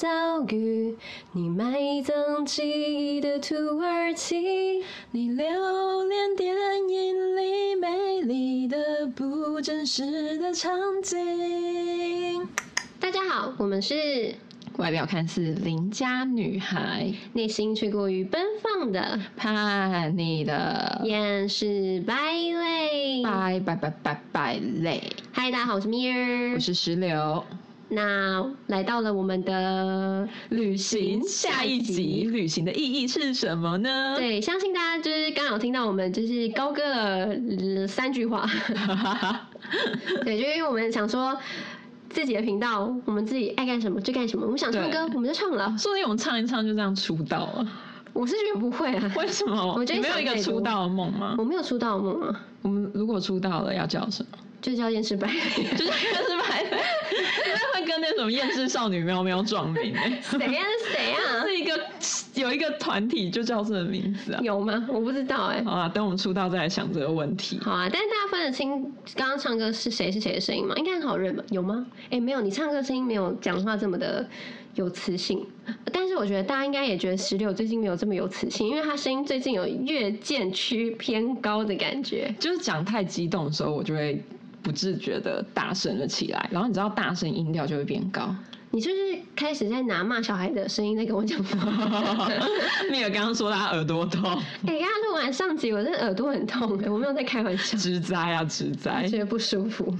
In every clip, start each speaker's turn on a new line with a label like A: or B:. A: 岛屿，你埋葬记忆的土耳其，你留恋电影里美丽的不真实的场景。大家好，我们是
B: 外表看似邻家女孩，
A: 内心却过于奔放的
B: 叛逆的，
A: 厌世败类。
B: 拜拜拜拜拜类。
A: 嗨，大家好，我是米儿
B: 我。是石榴，
A: 那来到了我们的
B: 旅行下一集，旅行的意义是什么呢？
A: 对，相信大家就是刚好听到我们就是高歌了、呃三句话， 对，就因为我们想说自己的频道，我们自己爱干什么就干什么，我们想唱
B: 对
A: 歌我们就唱了。
B: 说不定我们唱一唱就这样出道了，
A: 我是觉得不会 啊，
B: 为什么？
A: 我觉得
B: 你没有
A: 想
B: 一个
A: 太多
B: 出道的梦吗？
A: 我没有出道梦啊，
B: 我们如果出道了要叫什么？
A: 就叫厌世白脸。
B: 就是厌世白类，那会跟那种厌世少女喵喵撞名、欸。
A: 谁呀、谁啊？
B: 是一个有一个团体就叫这个名字啊。
A: 有吗？我不知道哎、
B: 好啊，等我们出道再来想这个问题。
A: 好啊，但是大家分得清刚刚唱歌是谁是谁的声音吗？应该很好认吧？有吗？哎、没有，你唱歌声音没有讲话这么的有磁性。但是我觉得大家应该也觉得石榴最近没有这么有磁性，因为她声音最近有越渐趋偏高的感觉。
B: 就是讲太激动的时候，我就会不自觉的大声了起来，然后你知道大声音调就会变高。
A: 你是不是开始在拿骂小孩的声音在跟我讲 话？
B: 米尔刚刚说他耳朵痛，
A: 哎、刚刚录完上集，我真的耳朵很痛哎、我没有在开玩笑，
B: 直灾啊直灾。
A: 觉得不舒服。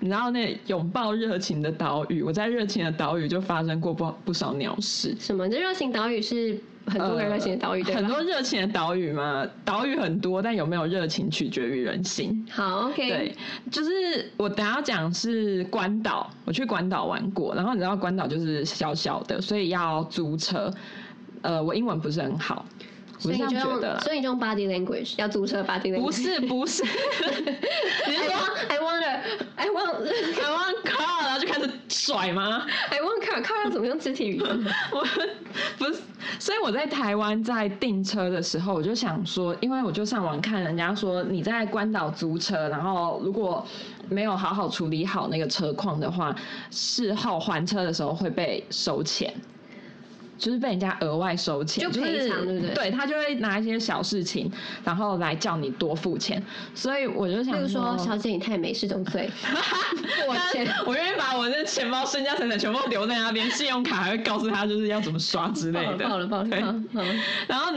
B: 你知道那拥抱热情的岛屿，我在热情的岛屿就发生过不不少鸟事。
A: 什么？这热情岛屿是很多个
B: 呃
A: 热情的岛屿、对吧
B: 很多热情的岛屿嘛，岛屿很多，但有没有热情取决于人心。
A: 好 OK，
B: 对，就是我等下讲是关岛，我去关岛玩过，然后你知道关岛就是小小的，所以要租车。呃，我英文不是很好，我
A: 所
B: 是
A: 以
B: 这
A: 你
B: 样
A: 就
B: 觉
A: 用，
B: 得啦。
A: 所以你就用 body language 要注册 body language。
B: 不是不是， 你是
A: ，I want I
B: 说
A: want a- I want
B: I want car，然后就开始甩吗？
A: I want car car 要怎么用肢体语 言？
B: 我不是，所以我在台湾在订车的时候，我就想说，因为我就上网看人家说你在关岛租车，然后如果没有好好处理好那个车况的话，事后还车的时候会被收钱。就是被人家额外收钱，
A: 就赔偿
B: 是
A: 对不对
B: 对他就会拿一些小事情，然后来叫你多付钱。所以我就
A: 例
B: 想
A: 如说，小姐你太美是种罪，我钱。
B: 哦 我愿意把我的钱包、身家财产全部留在那边，信用卡还会告诉他就是要怎么刷之类 的。
A: 爆了爆了
B: 对
A: 爆了！好好
B: 然后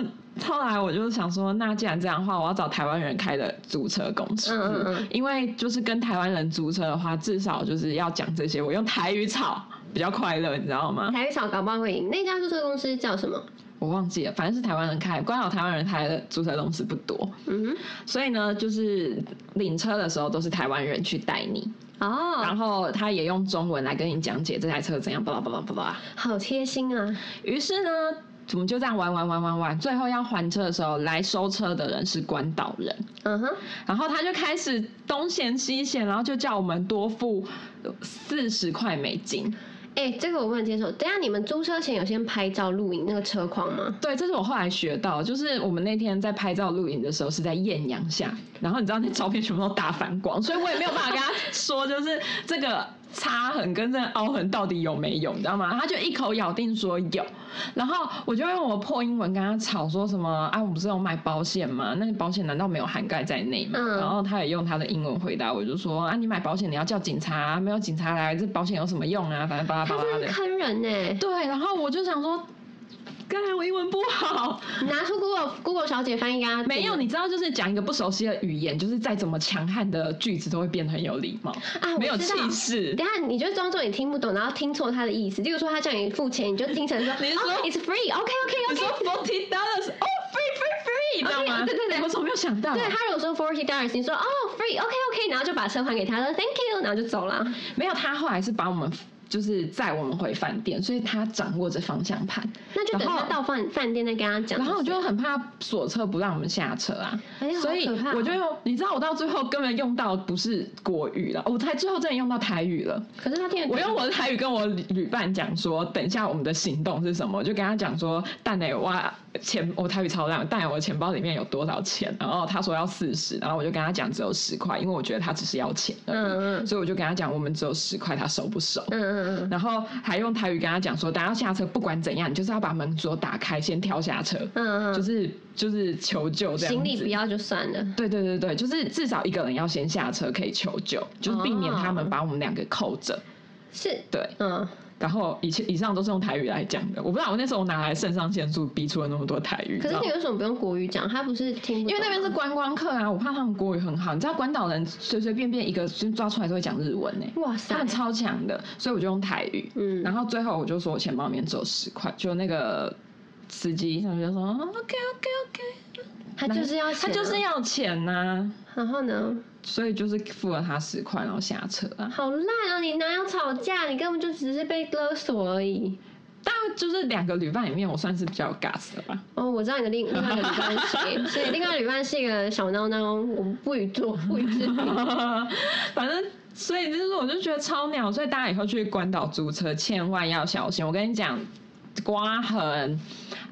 B: 后来我就想说，那既然这样的话，我要找台湾人开的租车公司，
A: 嗯嗯嗯
B: 因为就是跟台湾人租车的话，至少就是要讲这些，我用台语吵比较快乐，你知道吗？
A: 台语少搞不好会赢。那家注册公司叫什么？
B: 我忘记了，反正是台湾人开，关岛台湾人开的租车公司不多，
A: 嗯
B: 所以呢，就是领车的时候都是台湾人去带你，
A: 哼，哦，
B: 然后他也用中文来跟你讲解这台车怎样，巴拉巴拉巴拉。
A: 好贴心啊！
B: 于是呢，我们就这样玩玩玩玩玩，最后要还车的时候，来收车的人是关岛人，
A: 嗯哼，
B: 然后他就开始东嫌西嫌，然后就叫我们多付四十块美金。
A: 哎，这个我不能接受。等一下你们租车前有先拍照录影那个车况吗？
B: 对，这是我后来学到，就是我们那天在拍照录影的时候是在艳阳下，然后你知道那照片全部都大反光，所以我也没有办法跟他说，就是这个擦痕跟这个凹痕到底有没有，你知道吗？他就一口咬定说有，然后我就用我破英文跟他吵说什么啊，我们不是有买保险吗？那保险难道没有涵盖在内吗？
A: 嗯
B: 然后他也用他的英文回答，我就说啊，你买保险你要叫警察、啊，没有警察来，这保险有什么用啊？反正巴拉巴
A: 他
B: 拉
A: 真
B: 的
A: 的。坑人欸呢、
B: 对，然后我就想说，刚才我英文不好。
A: 你拿出 Google Google 小姐翻译给他听，
B: 没有，你知道，就是讲一个不熟悉的语言，就是再怎么强悍的句子都会变得很有礼貌，
A: 啊？
B: 没有
A: 我知
B: 气
A: 道
B: 势。
A: 等一下，你就装作你听不懂，然后听错他的意思。例如说，他叫你付钱，你就听成说，
B: 你是说
A: 哦 it's free，OK OK OK,
B: 你说 forty dollars，哦，free free free，你知道吗？
A: 哦对对对
B: 哎我怎么没有想到？
A: 对他如果说 forty dollars，你说哦 free OK OK，然后就把车还给他了，Thank you，然后就走了。
B: 没有，他后来是把我们就是载我们回饭店，所以他掌握着方向盘。
A: 那就等
B: 然后
A: 他到饭饭店再跟他讲。
B: 然后我就很怕锁车不让我们下车啊，
A: 哎呀好
B: 所以
A: 可怕哦
B: 我就用，你知道我到最后根本用到不是国语了，我才最后真的用到台语了。
A: 可是他听得懂
B: 我用我的台语跟我旅旅伴讲说，等一下我们的行动是什么？我就跟他讲说，蛋奶哇钱，我台语超烂，蛋奶我的钱包里面有多少钱？然后他说要四十，然后我就跟他讲只有十块，因为我觉得他只是要钱而已，
A: 嗯嗯
B: 所以我就跟他讲我们只有十块，他收不收？
A: 嗯嗯嗯嗯
B: 然后还用台语跟他讲说，大家下车不管怎样，你就是要把门锁打开，先跳下车，
A: 嗯
B: 就
A: 嗯，
B: 是就是求救这样子。
A: 行李不要就算了，
B: 对对对对，就是至少一个人要先下车可以求救，
A: 啊
B: 就是避免他们把我们两个扣着。
A: 是，
B: 对，
A: 嗯，
B: 然后以前以上都是用台语来讲的，我不知道我那时候拿来肾上腺素逼出了那么多台语。
A: 可是你
B: 你知道吗
A: 为什么不用国语讲？他不是听不懂吗，
B: 因为那边是观光客啊，我怕他们国语很好，你知道关岛人随随便便一个就抓出来都会讲日文呢、
A: 哇
B: 他
A: 塞
B: 们，超强的，所以我就用台语。
A: 嗯
B: 然后最后我就说我钱包里面只有十块，就那个司机他们就说 OK OK OK，
A: 他就是要
B: 他
A: 钱啊
B: 就是，要钱呐、
A: 然后呢？
B: 所以就是付了他十块，然后下车啊。
A: 好烂啊！你哪有吵架？你根本就只是被勒索而已。
B: 但就是两个旅伴里面，我算是比较有 gas 的吧。
A: 哦，我知道你的另另外一个旅伴是谁，所以另外一个旅伴是一个小孬孬，我们不予做不予置评。
B: 反正，所以就是我就觉得超鸟，所以大家以后去关岛租车千万要小心。我跟你讲，刮痕、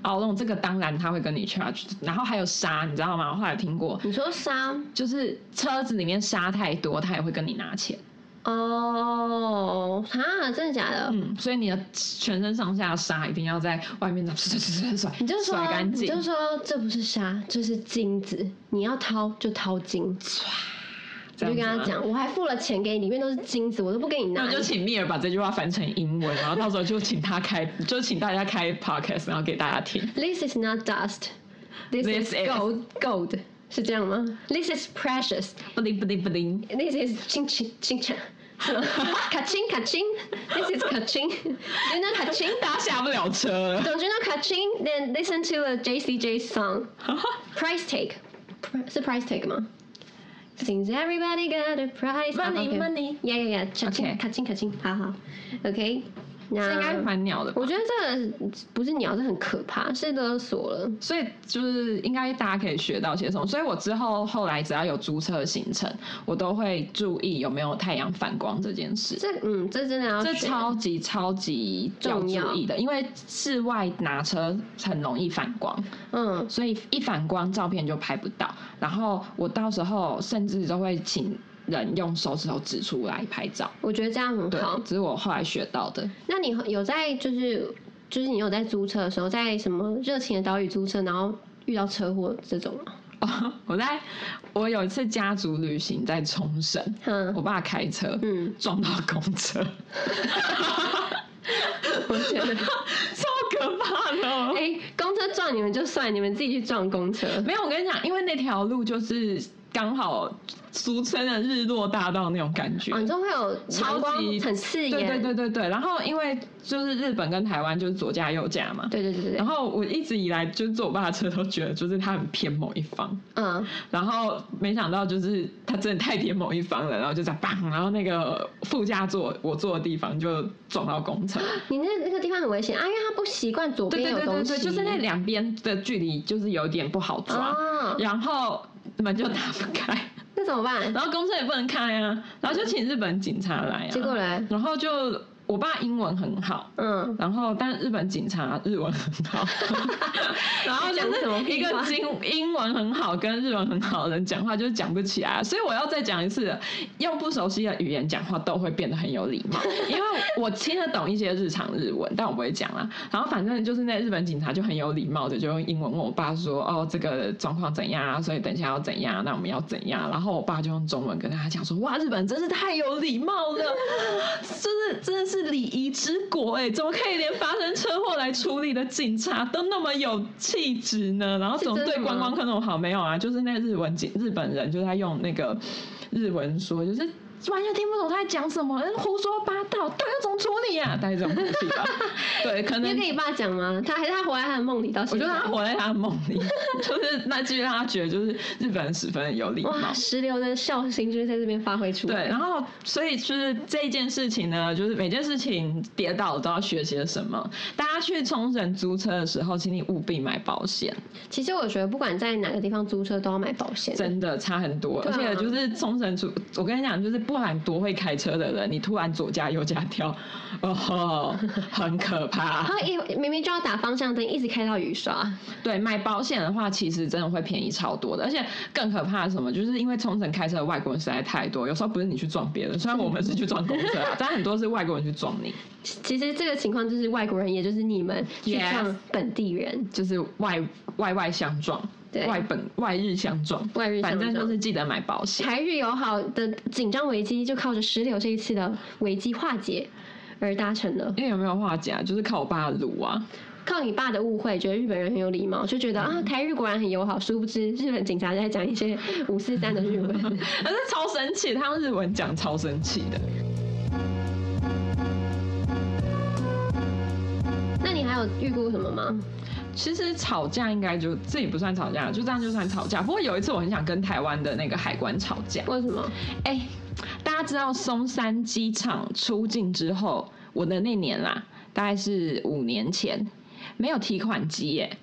B: 凹洞这个当然他会跟你 charge，然后还有沙，你知道吗？我后来听过，
A: 你说沙
B: 就是车子里面沙太多，他也会跟你拿钱。
A: 哦，哈，真的假的？
B: 嗯，所以你的全身上下的沙一定要在外面甩甩甩甩
A: 你就
B: 甩
A: 说
B: 甩干，
A: 你
B: 净
A: 就。说这不是沙，这是金子，你要掏就掏金。
B: 这
A: 我就
B: 样
A: 跟
B: 子啊吗
A: 他讲，我还付了钱给你，里面都是金子，我都不给你
B: 那
A: 拿
B: 我。就请蜜儿把这句话翻成英文，然后到时候就请他开，就请大家开 podcast，然后给大家听。
A: This is not dust, this,
B: This
A: is
B: is-
A: gold. Gold 是这样吗？This is precious.
B: 不灵不灵不灵，
A: This is 亲亲亲 亲，是吗卡亲卡亲，This is 卡亲，You know 卡亲。
B: 大家下不了车 了。
A: Don't you know 卡亲？Then listen to the JCJ song. Price tag 是 price tag 吗？Since everybody got a price
B: Money, money.
A: Yeah yeah yeah 卡亲
B: Okay.
A: 卡亲卡亲，好好，OK。那
B: 这应该蛮鸟的吧，
A: 我觉得这个不是鸟，这很可怕，是勒索了。
B: 所以就是应该大家可以学到些什么。所以我之后后来只要有租车行程，我都会注意有没有太阳反光这件事。
A: 这嗯，这真的要
B: 这
A: 学
B: 超级超级要
A: 重要
B: 注意的，因为室外拿车很容易反光，
A: 嗯
B: 所以一反光照片就拍不到。然后我到时候甚至都会请人用手指头指出来拍照。
A: 我觉得这样很
B: 对
A: 好，。
B: 这是我后来学到的。
A: 那你有在就是就是你有在租车的时候，在什么热情的岛屿租车，然后遇到车祸这种吗？
B: 哦， 我在我有一次家族旅行在冲绳，我
A: 嗯
B: 爸开车
A: 嗯，
B: 撞到公车，
A: 我觉得，
B: 超可怕的哦。
A: 哎、公车撞你们就算，你们自己去撞公车。
B: 没有，我跟你讲，因为那条路就是刚好俗称的日落大道那种感觉
A: 哦，。你就会有
B: 超
A: 阳光
B: 级
A: 很刺
B: 对
A: 眼，
B: 对对对对，然后因为就是日本跟台湾就是左驾右驾嘛，
A: 对对对对对
B: 然后我一直以来就是坐我爸的车都觉得就是他很偏某一方，
A: 嗯，
B: 然后没想到就是他真的太偏某一方了，然后就这样砰，然后那个副驾座我坐的地方就撞到公车，
A: 你那那个地方很危险啊，因为他不习惯左
B: 对
A: 边
B: 对
A: 有
B: 对
A: 东
B: 对
A: 西，
B: 对，就是那两边的距离就是有点不好抓，
A: 啊，
B: 然后门就打不开，
A: 那怎么办？
B: 然后公车也不能开啊，然后就请日本警察来啊，
A: 结果嘞，
B: 然后就我爸英文很好。
A: 嗯，
B: 然后，但日本警察日文很好， 然后就
A: 讲什么
B: 是一
A: 屁
B: 个
A: 话
B: 英英文很好跟日文很好的人讲话就是讲不起来，所以我要再讲一次，用不熟悉的语言讲话都会变得很有礼貌，因为我听得懂一些日常日文，但我不会讲啦。然后反正就是那日本警察就很有礼貌的就用英文问我爸说，哦这个状况怎样啊，所以等一下要怎样，那我们要怎样，然后我爸就用中文跟他讲说，哇日本人真是太有礼貌了。就是真的是礼仪之国哎、怎么可以连发生车祸来处理的警察都那么有气质呢？然后怎么对观光客那么好？没有啊，就是那日文警日本人，就是他用那个日文说，就是完全听不懂他在讲什么，胡说八道，到底要怎么处理啊？大概这种东西 吧。对，可
A: 你有
B: 能
A: 跟你爸讲吗？他还是他活在他的梦里到
B: 我
A: 现
B: 觉
A: 在。
B: 得他活在他的梦里，就是那继续让他觉得就是日本人十分有礼貌
A: 哇，。哦石榴的孝心就是在这边发挥出
B: 对，
A: 来。
B: 然后所以就是这件事情呢，就是每件事情跌倒都要学些什么。大家去冲绳租车的时候，请你务必买保险，
A: 其实我觉得不管在哪个地方租车都要买保险。
B: 真的差很多。
A: 对
B: 而
A: 啊
B: 且就是冲绳租，我跟你讲，就是不管多会开车的人，你突然左驾右驾跳， 哦吼，很可怕
A: 然。后一明明就要打方向灯，一直开到雨刷，
B: 对，买保险的话，其实真的会便宜超多的，而且更可怕的是什么，就是因为冲绳开车的外国人实在太多，有时候不是你去撞别人，虽然我们是去撞公 车啊，但很多是外国人去撞你，
A: 其实这个情况就是外国人，也就是你们去
B: Yes
A: 撞本地人。
B: 就是外外外相撞，
A: 对
B: 外本外日相撞，
A: 外日相
B: 反正就
A: 撞
B: 是记得买保险。
A: 台日友好的紧张危机就靠着石榴这一次的危机化解而达成了。
B: 因为有没有话讲，就是靠我爸的卤啊，
A: 靠你爸的误会，觉得日本人很有礼貌，就觉得
B: 嗯
A: 啊台日果然很友好，殊不知日本警察在讲一些五四三的日 文。
B: 可是超生气，他用日文讲超生气的。
A: 那你还有预估什么吗？
B: 其实吵架应该就这也不算吵架，就这样就算吵架。不过有一次我很想跟台湾的那个海关吵架，
A: 为什么？
B: 哎、大家知道松山机场出境之后，我的那年啦，大概是五年前，没有提款机耶、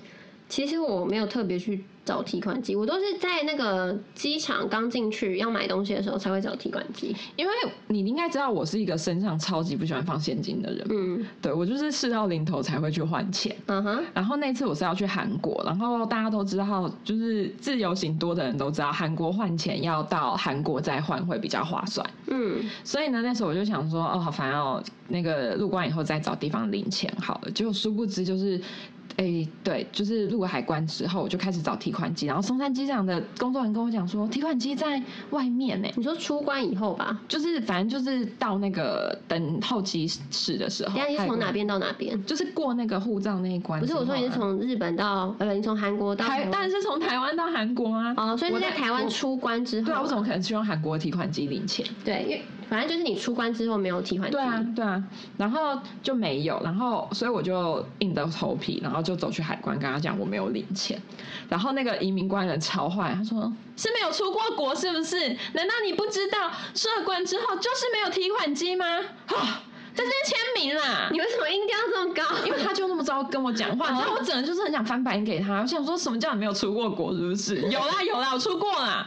A: 其实我没有特别去找提款机，我都是在那个机场刚进去要买东西的时候才会找提款机。
B: 因为你应该知道我是一个身上超级不喜欢放现金的人，
A: 嗯，
B: 对我就是事到临头才会去换钱。
A: 啊哈，
B: 然后那次我是要去韩国，然后大家都知道，就是自由行多的人都知道，韩国换钱要到韩国再换会比较划算。
A: 嗯，
B: 所以呢，那时候我就想说，哦，好烦哦，那个入关以后再找地方领钱好了。结果殊不知就是。哎、对，就是入海关之后，我就开始找提款机。然后松山机场的工作人员跟我讲说，提款机在外面呢、
A: 你说出关以后吧，
B: 就是反正就是到那个等候机室的时
A: 等
B: 候，
A: 一下你是
B: 泰
A: 从
B: 国
A: 哪？边到哪边？
B: 就是过那个护照那一关
A: 不
B: 之
A: 是
B: 后啊。
A: 我说你是从日本到呃，你从韩国到
B: 台，
A: 湾
B: 当然是从台湾到韩国啊。
A: 哦，所以
B: 我
A: 是在台湾
B: 我
A: 出关之后，
B: 对啊，我怎么可能去用韩国提款机领钱？
A: 对，因为反正就是你出关之后没有提款机，
B: 对啊，对
A: 嗯
B: 啊，然后就没有，然后所以我就硬着头皮，然后就走去海关跟他讲我没有领钱，然后那个移民官人超坏，他说是没有出过国是不是？难道你不知道出了关之后就是没有提款机吗？啊，在这边签 名啦。
A: 你为什么音调这么高？
B: 因为他就那么着跟我讲
A: 嗯
B: 话，你知道我整个就是很想翻白眼给他，我想说什么叫你没有出过国是不是？有啦有啦，我出过 啦。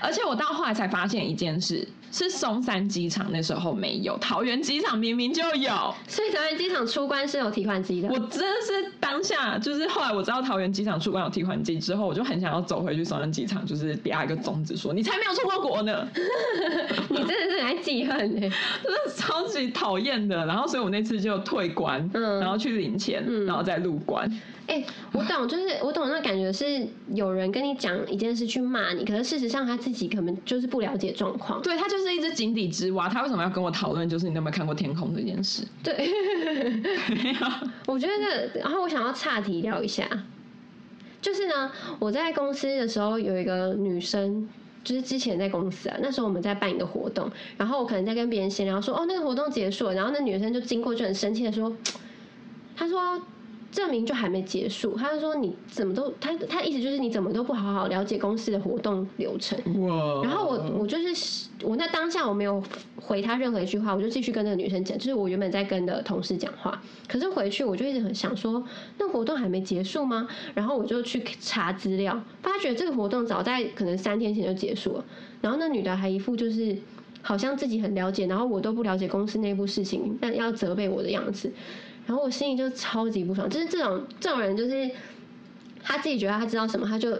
B: 而且我到后来才发现一件事，是松山机场那时候没有，桃园机场明明就有。
A: 所以台湾机场出关是有提款机的
B: 我。真的是当下就是后来我知道桃园机场出关有提款机之后，我就很想要走回去松山机场，就是嗲一个中指说你才没有出过国呢，
A: 你真的是很爱记恨哎、
B: 真的超级讨厌的。然后所以我那次就退关，
A: 嗯
B: 然后去领钱，
A: 嗯
B: 然后再入关。
A: 哎、我懂，就是我懂那感觉是有人跟你讲一件事去骂你，可是事实上他自己可能就是不了解状况。
B: 对，它就是一只井底之蛙。他为什么要跟我讨论？就是你有没有看过天空这件事？
A: 对，
B: 没有
A: 我觉得，然后我想要岔题聊一下，就是呢，我在公司的时候有一个女生。就是之前在公司啊，那时候我们在办一个活动，然后我可能在跟别人闲聊说，哦，那个活动结束了，然后那女生就经过就很生气的说，她说证明就还没结束，她就说你怎么都，她她意思就是你怎么都不好好了解公司的活动流程，
B: 哇
A: 然后
B: 嗯
A: 我我就是我那当下我没有回他任何一句话，我就继续跟那个女生讲，就是我原本在跟的同事讲话，可是回去我就一直很想说，那活动还没结束吗？然后我就去查资料，发觉这个活动早在可能三天前就结束了，然后那女的还一副就是。好像自己很了解，然后我都不了解公司内部事情，但要责备我的样子，然后我心里就超级不爽。就是这种这种人，就是他自己觉得他知道什么，他就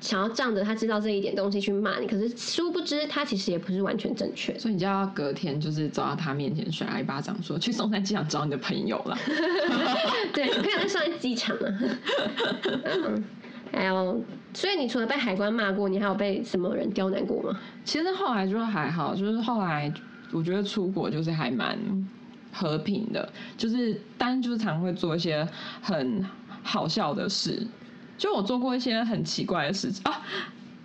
A: 想要仗着他知道这一点东西去骂你，可是殊不知他其实也不是完全正确的。
B: 所以你就要隔天就是走到他面前甩他一巴掌说，去松山机场找你的朋友啦。
A: 对，你不要再上在机场了。 嗯，还有，所以你除了被海关骂过，你还有被什么人刁难过吗？
B: 其实后来就还好，就是后来我觉得出国就是还蛮和平的，就是但就是常会做一些很好笑的事，就我做过一些很奇怪的事情啊。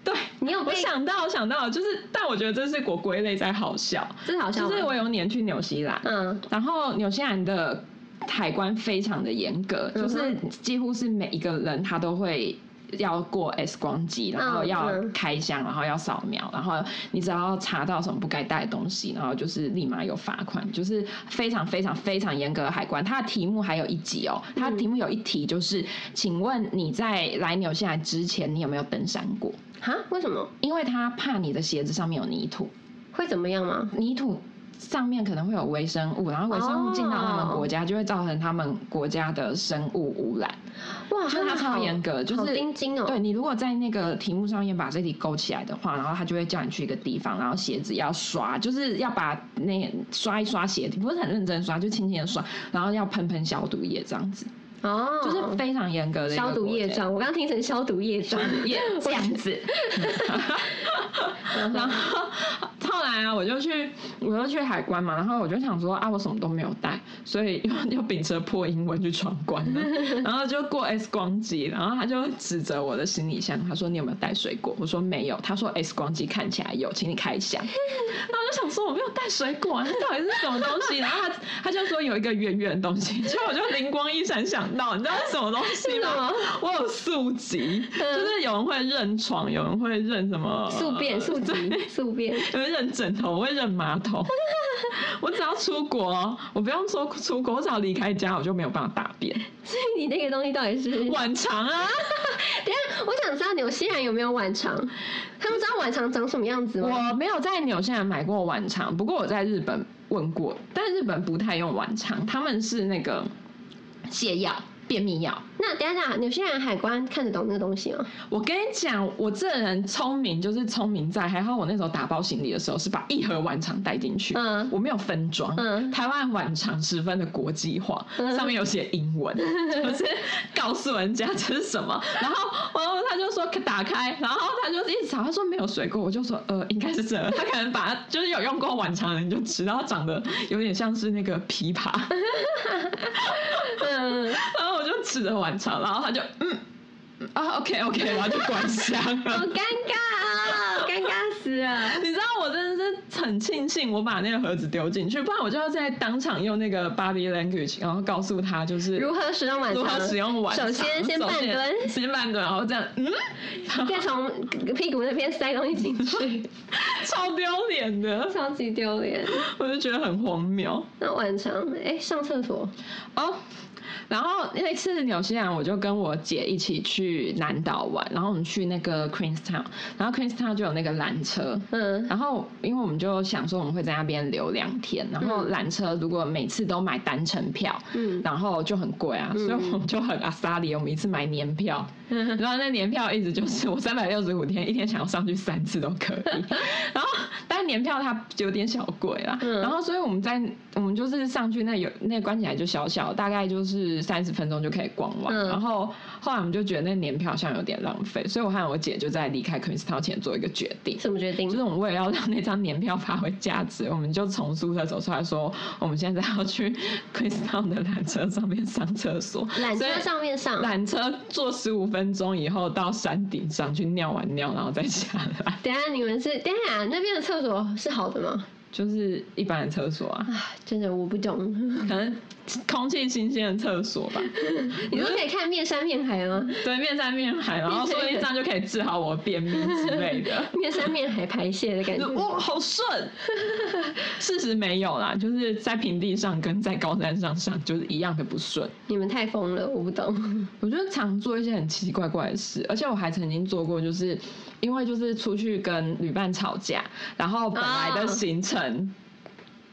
B: 对，
A: 你有
B: 我
A: 被
B: 想到，我想到，就是，但我觉得这是我归类在好笑，
A: 这好像
B: 就是我有一年去纽西兰，
A: 嗯
B: 然后纽西兰的海关非常的严格，
A: 嗯哼
B: 就是几乎是每一个人他都会。要过 X 光机，然后要
A: 嗯
B: 开箱，然后要扫描，然后你只要查到什么不该带的东西，然后就是立马有罚款，就是非常非常非常严格的海关。它的题目还有一集哦，
A: 嗯
B: 它的题目有一题就是，请问你在来纽西兰之前，你有没有登山过？
A: 哈，为什么？
B: 因为他怕你的鞋子上面有泥土。
A: 会怎么样吗？
B: 泥土上面可能会有微生物，然后微生物进到他们国家，就会造成他们国家的生物污染。
A: 哇，
B: 就是它
A: 他
B: 超
A: 好
B: 严格，就
A: 好
B: 是
A: 钉钉哦。
B: 对你如果在那个题目上面把这题勾起来的话，然后他就会叫你去一个地方，然后鞋子要刷，就是要把那刷一刷鞋底，不是很认真刷，就轻轻的刷，然后要喷喷消毒液这样子，
A: 哦，
B: 就是非常严格的一哦个
A: 消毒
B: 国
A: 业
B: 家
A: 障，我刚听成消毒业 障，
B: 也这样子。 然后 后来啊，我就去，我就去海关嘛，然后我就想说啊，我什么都没有带，所以 又又秉持破英文去闯关 了，然后就过 X 光机，然后他就指着我的行李箱，他说你有没有带水果？我说没有，他说 X 光机看起来有，请你开 箱。然后我就想说我没有带水果、啊，这到底是什么东西？然后他 他就说有一个圆圆的东西，结果我就灵光一闪想到，你知道是什么东西
A: 是什
B: 吗
A: 么？
B: 我有宿疾，就是有人会认床，有人会认什么
A: 嗯
B: 呃
A: 宿便、宿疾、 宿便。
B: 有人认枕头，我会认马桶。 我只要出国，我不用说出国，我只要离开家，我就没有办法大便。
A: 所以你那个东西到底 是？等一
B: 晚肠啊，
A: 下，我想知道纽西兰有没有晚肠？他们知道晚肠长什么样子吗？
B: 我没有在纽西兰买过晚肠，不过我在日本问过，但日本不太用晚肠，他们是那个泻药、便秘药。
A: 那等一下，等一下纽西兰海关看得懂那个东西吗？
B: 我跟你讲，我这人聪明就是聪明在，还好我那时候打包行李的时候是把一盒晚肠带进去，
A: 嗯
B: 我没有分装。
A: 嗯
B: 台湾晚肠十分的国际化，上面有写英文，就是告诉人家这是什么。然后，然后他就说打开，然后他就一直查，他说没有水果，我就说呃应该是这个，他可能把它就是有用过晚肠的人就知道，它长得有点像是那个枇杷。
A: 嗯，
B: 然后我就指着晚肠，然后他就嗯嗯啊 OK OK，然后就关箱
A: 好
B: 了。
A: 尴尬啊，尴尬死了。
B: 你知道我真的是很庆幸我把那个盒子丢进去，不然我就要在当场用那个 body language，然后告诉他就是
A: 如何使用晚
B: 如
A: 肠？
B: 何使用晚肠。
A: 首先先半蹲，
B: 首先先半蹲，然后这样， 嗯，
A: 再从 屁股那边塞东西进去，
B: 超丢脸的，
A: 超级丢脸。
B: 我就觉得很荒谬
A: 那晚肠，哎、上厕所，
B: 哦。然后那次纽西兰，我就跟我姐一起去南岛玩，然后我们去那个 Queenstown，然后 Queenstown 就有那个缆车，
A: 嗯，
B: 然后，因为我们就想说我们会在那边留两天，然后缆车如果每次都买单程票，
A: 嗯
B: 然后就很贵啊，所以我们就很阿萨里，我们一次买年票，然后那年票一直就是我三百六十五天，一天想要上去三次都 可以，然后但年票它有点小贵啦，
A: 嗯
B: 然后所以我们在我们就是上去那有那关起来就小小，大概就是三十分钟就可以逛完，
A: 嗯
B: 然后后来我们就觉得那年票好像有点浪费，所以我和我姐就在离开 Queenstown 前做一个决定。
A: 怎么决定
B: 就？是我们为了要让那张年票发挥价值，我们就从宿舍走出来说，我们现在要去 Queenstown 的缆车上面上厕所。
A: 缆
B: 所以
A: 车上面上，
B: 缆车坐十五分钟以后到山顶上去尿完尿，然后再下来，
A: 等一下你们是等一下那边的厕所是好的吗？
B: 就是一般的厕所啊，
A: 啊，真的我不懂。
B: 可能空气新鲜的厕所吧。
A: 你说可以看面山面海 吗？
B: 对面山面海，然后说一张就可以治好我便秘之类的。
A: 面山面海排泄的感觉。
B: 哦，好顺。事实没有啦，就是在平地上跟在高山上上就是一样的不顺。
A: 你们太疯了，我不懂。
B: 我觉得常做一些很奇奇怪怪的事，而且我还曾经做过，就是因为就是出去跟旅伴吵架，然后本来的
A: 啊
B: 行程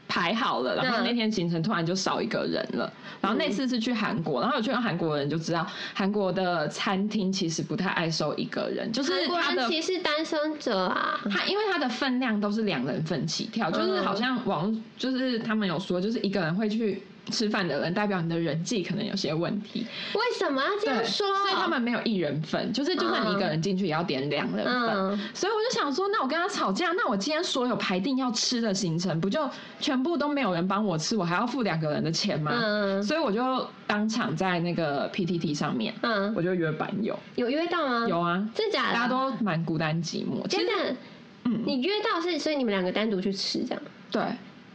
B: 排好了，然后
A: 嗯
B: 那天行程突然就少一个人了。然后那次是去韩国，然后有去到韩国的人就知道，韩国的餐厅其实不太爱收一个人，就是
A: 韩国
B: 他的
A: 人歧视单身者啊，
B: 它因为它的分量都是两人份起跳，就是
A: 嗯
B: 好像网络就是他们有说，就是一个人会去吃饭的人，代表你的人际可能有些问题。
A: 为什么要这样说？
B: 所以他们没有一人份，就是就算你一个人进去也要点两人份。
A: 嗯
B: 所以我就想说，那我跟他吵架，那我今天所有排定要吃的行程，不就全部都没有人帮我吃，我还要付两个人的钱吗？
A: 嗯
B: 所以我就当场在那个 PTT 上面，
A: 嗯，
B: 我就约版友，
A: 有约到吗？
B: 有，啊，
A: 真假的？
B: 大家都蛮孤单寂寞。
A: 嗯
B: 其
A: 真
B: 实
A: 的，
B: 嗯
A: 你约到是，所以你们两个单独去吃这样，
B: 对，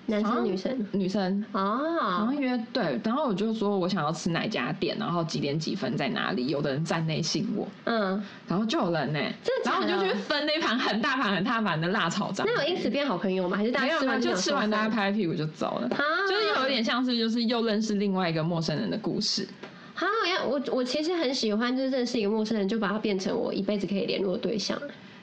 A: 男
B: 啊
A: 生女生
B: 女生。然后
A: 哦，
B: 约对，然后我就说我想要吃哪家店，然后几点几分在哪里。有的人站内信我，
A: 嗯，
B: 然后就有人呢、
A: 真的
B: 然
A: 假
B: 后
A: 的
B: 我就去分那盘很大盘很大盘的辣炒章，
A: 那有因此变好朋友吗？还是大
B: 没
A: 家
B: 有
A: 吃
B: 没有，
A: 完
B: 就
A: 想
B: 吃
A: 说
B: 完大家
A: 散
B: 拍拍屁股就走了，
A: 啊，
B: 就是有点像是就是又认识另外一个陌生人的故事。
A: 好，我要我我其实很喜欢，就是认识一个陌生人，就把他变成我一辈子可以联络的对象。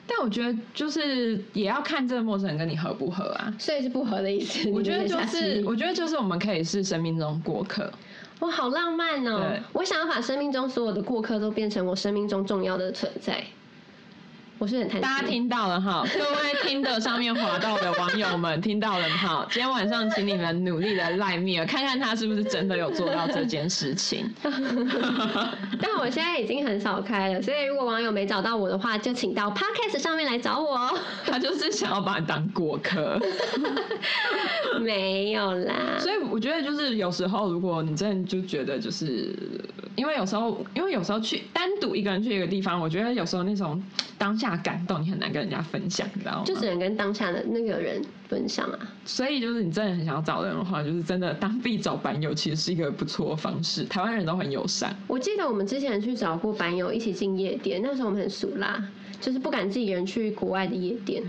B: 但我觉得就是也要看这个陌生人跟你合不合啊。
A: 所以是不合的意思。
B: 我觉
A: 你
B: 得
A: 的
B: 就
A: 言下之
B: 是，
A: 意
B: 我觉得就是我们可以是生命中过客，
A: 哇，好浪漫哦、
B: 对
A: 我想要把生命中所有的过客都变成我生命中重要的存在。我是很贪心，
B: 大家听到了哈，各位听的上面滑到的网友们听到了哈，今天晚上请你们努力的赖米尔，看看他是不是真的有做到这件事情。
A: 但我现在已经很少开了，所以如果网友没找到我的话，就请到 Podcast 上面来找我哦。
B: 他就是想要把你当过客，
A: 没有啦，
B: 所以我觉得就是有时候，如果你真的就觉得就是因为有时候，因为有时候去单独一个人去一个地方，我觉得有时候那种当下感动你很难跟人家分享，你知道吗？
A: 就只能跟当下的那个人分享啊。
B: 所以就是你真的很想要找人的话，就是真的当地找版友其实是一个不错的方式。台湾人都很友善，
A: 我记得我们之前去找过版友一起进夜店，那时候我们很俗啦，就是不敢自己一个人去国外的夜店。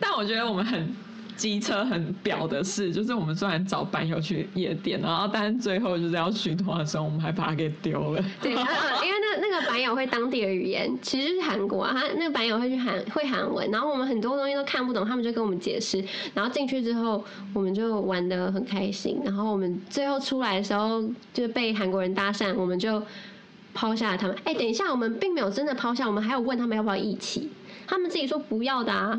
B: 但我觉得我们很机车很表的是，就是我们虽然找版友去夜店，然后但是最后就是要续团的时候，我们还把它给丢了。
A: 对，然后因为那那个版友会当地的语言，其实就是韩国啊，他那个版友会去韩会韩文，然后我们很多东西都看不懂，他们就跟我们解释，然后进去之后我们就玩的很开心，然后我们最后出来的时候就被韩国人搭讪，我们就抛下了他们。哎，等一下，我们并没有真的抛下，我们还有问他们要不要一起，他们自己说不要的啊，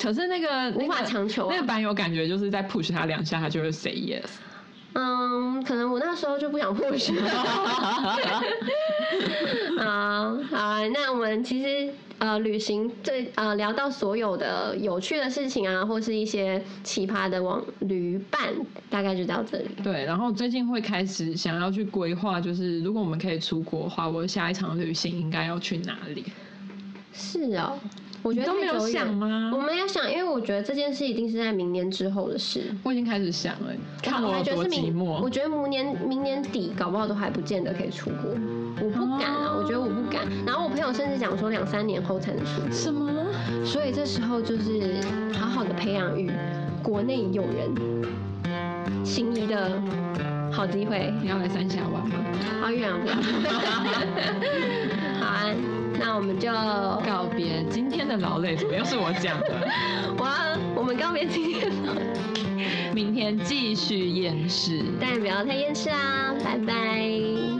B: 可是那个
A: 无法
B: 那个
A: 强求啊
B: 那个版友感觉就是在 push 他两下，他就会 say yes。
A: 嗯，可能我那时候就不想啊破学。好，好啊，那我们其实呃，旅行最呃聊到所有的有趣的事情啊，或是一些奇葩的网旅伴，大概就到这里。
B: 对，然后最近会开始想要去规划，就是如果我们可以出国的话，我下一场旅行应该要去哪里？
A: 是哦，我觉得太
B: 你都没有
A: 久远
B: 想吗
A: 我没有想，因为我觉得这件事一定是在明年之后的事。
B: 我已经开始想了，看
A: 我
B: 我
A: 还
B: 有
A: 觉得
B: 多
A: 是
B: 寂
A: 明，我
B: 寞。
A: 觉得明年明年底搞不好都还不见得可以出国，我不敢啊，我觉得我不敢。然后我朋友甚至讲说两三年后才能出国。
B: 什么？
A: 所以这时候就是好好的培养与国内友人情谊的好机会。
B: 你要来三峡玩吗？
A: 好远啊！ 好啊，那我们就
B: 告别今天的劳累，怎么又是我讲 的？
A: 我要我们告别今天了，
B: 明天继续厌世。
A: 啊但也不要太厌世啦，拜拜。